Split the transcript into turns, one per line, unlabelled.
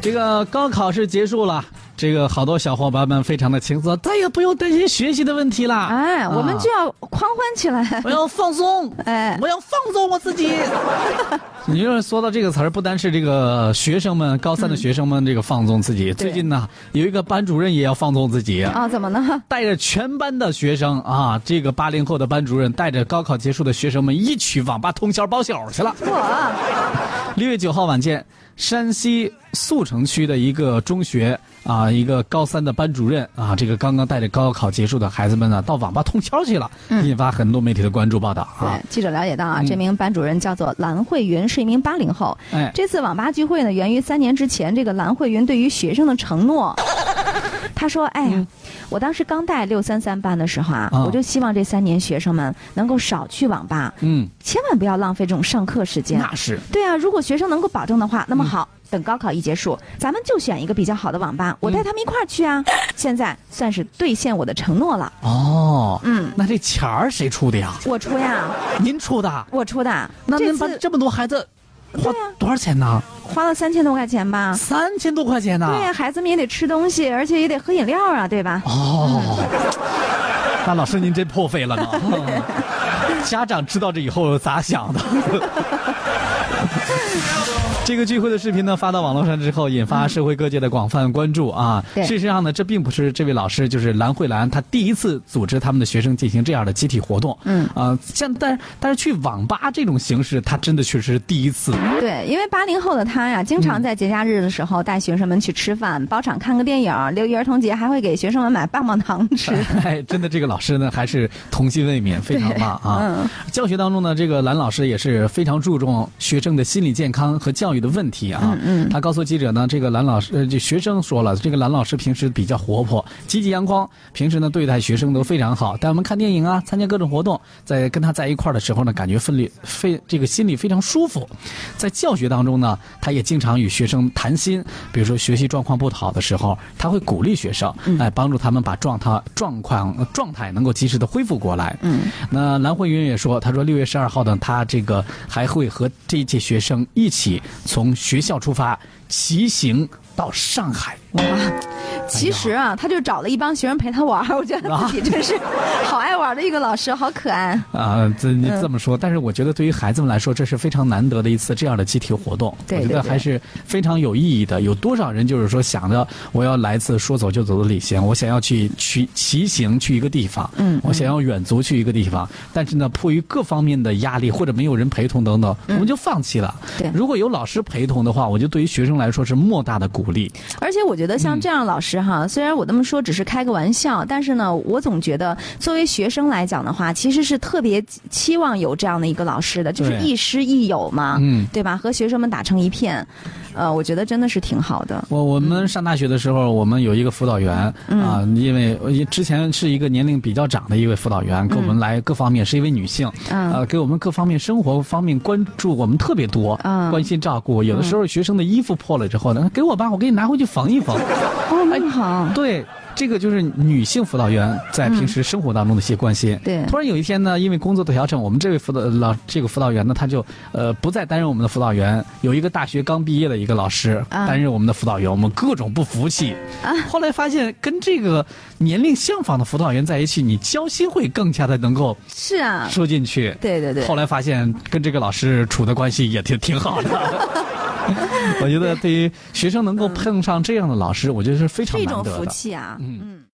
这个高考试结束了，这个好多小伙伴们非常的轻松，再也不用担心学习的问题啦。
哎，我们
啊
就要狂欢起来。
我要放松，
哎
我要放纵我自 己。你就是说到这个词儿，不单是这个学生们，高三的学生们这个放纵自己。最近呢，有一个班主任也要放纵自己。
嗯啊，怎么呢？
带着全班的学生啊，这个八零后的班主任带着高考结束的学生们一起网吧通宵包宿去了。
我
六月九号晚间，山西宿城区的一个中学啊，一个高三的班主任啊，这个刚刚带着高考结束的孩子们呢，到网吧通宵去了，
嗯
引发很多媒体的关注报道啊
对。记者了解到啊，这名班主任叫做蓝慧云，是一名八零后。
哎
这次网吧聚会呢，源于三年之前这个蓝慧云对于学生的 承诺。他说：“哎呀，我当时刚带六三三班的时候啊，
嗯啊
我就希望这三年学生们能够少去网吧，
嗯，
千万不要浪费这种上课时间。
那是
对啊，如果学生能够保证的话，
嗯
那么好，等高考一结束，咱们就选一个比较好的网吧，我带他们一块儿去
嗯
啊。现在算是兑现我的承诺了，
哦，
嗯，
那这钱儿谁出的呀？
我出呀，
您出的？
我出的。
那
这
您把
次
这么多孩子花
对呀
多少钱呢？
花了三千多块钱吧？
三千多块钱呢？
对呀、孩子们也得吃东西，而且也得喝饮料啊，对吧？
哦，那老师您真破费了 呢。家长知道这以后咋想的？ 这个聚会的视频呢发到网络上之后，引发社会各界的广泛关注啊。
对
事实上呢，这并不是这位老师就是蓝慧兰她第一次组织他们的学生进行这样的集体活动。
嗯
啊、像但但是去网吧这种形式，她真的确实是第一次。
对，因为八零后的他呀，经常在节假日的时候带学生们去吃饭，包场看个电影，六一儿童节还会给学生们买棒棒糖 吃。
哎，真的，这个老师呢还是童心未泯，非常棒啊！教学当中呢，这个蓝老师也是非常注重学生的心理健康和教育的问题啊。嗯他告诉记者呢，这个蓝老师，呃，这学生说了，这个蓝老师平时比较活泼、积极阳光，平时呢对待学生都非常好。带我们看电影啊，参加各种活动，在跟他在一块儿的时候呢，感觉分裂非这个心里非常舒服。在教学当中呢，他也经常与学生谈心，比如说学习状况不好的时候，他会鼓励学生，哎，帮助他们把状态、状况、呃状态能够及时的恢复过来。嗯，那蓝慧云也说，他说六月十二号呢，他这个还会和这一届学生一起从学校出发骑行到上海。
哇，其实啊，他就找了一帮学生陪他玩儿，我觉得自己真是 好爱玩的一个老师，好可爱。
啊，这你
嗯
这么说，但是我觉得对于孩子们来说，这是非常难得的一次这样的集体活动，
对
我觉得
对对
还是非常有意义的。有多少人就是说想着我要来一次说走就走的旅行，我想要去去骑行去一个地方，嗯，我想要远足去一个地方，但是呢，迫于各方面的压力或者没有人陪同等等，我们就放弃了。
嗯对
如果有老师陪同的话，我觉得对于学生来说是莫大的鼓励。
而且我觉得像
嗯
这样的老师哈，虽然我这么说只是开个玩笑，但是呢，我总觉得作为学生来讲的话，其实是特别期望有这样的一个老师的，就是
对
亦师亦友嘛，
嗯
对吧？和学生们打成一片，呃，我觉得真的是挺好的。
我我们上大学的时候，我们有一个辅导员
嗯
啊，因为因为之前是一个年龄比较长的一位辅导员，给我们来各方面是一位女性，
嗯
呃，给我们各方面生活方面关注我们特别多，
嗯
关心照顾。有的时候学生的衣服破了之后呢，给我吧，我给你拿回去缝一缝。
哦，那么好，
对，这个就是女性辅导员在平时生活当中的一些关心。
嗯对
突然有一天呢，因为工作的调整，我们这位辅导老这个辅导员呢，他就呃不再担任我们的辅导员，有一个大学刚毕业的一个老师、
啊
担任我们的辅导员，我们各种不服气。啊、后来发现跟这个年龄相仿的辅导员在一起，你交心会更加的能够
是啊，
说进去。
对对对
后来发现跟这个老师处的关系也挺挺好的。
嗯
我觉得对于学生能够碰上这样的老师，我觉得是非常
是一
难
种
得
福
的。
气啊，嗯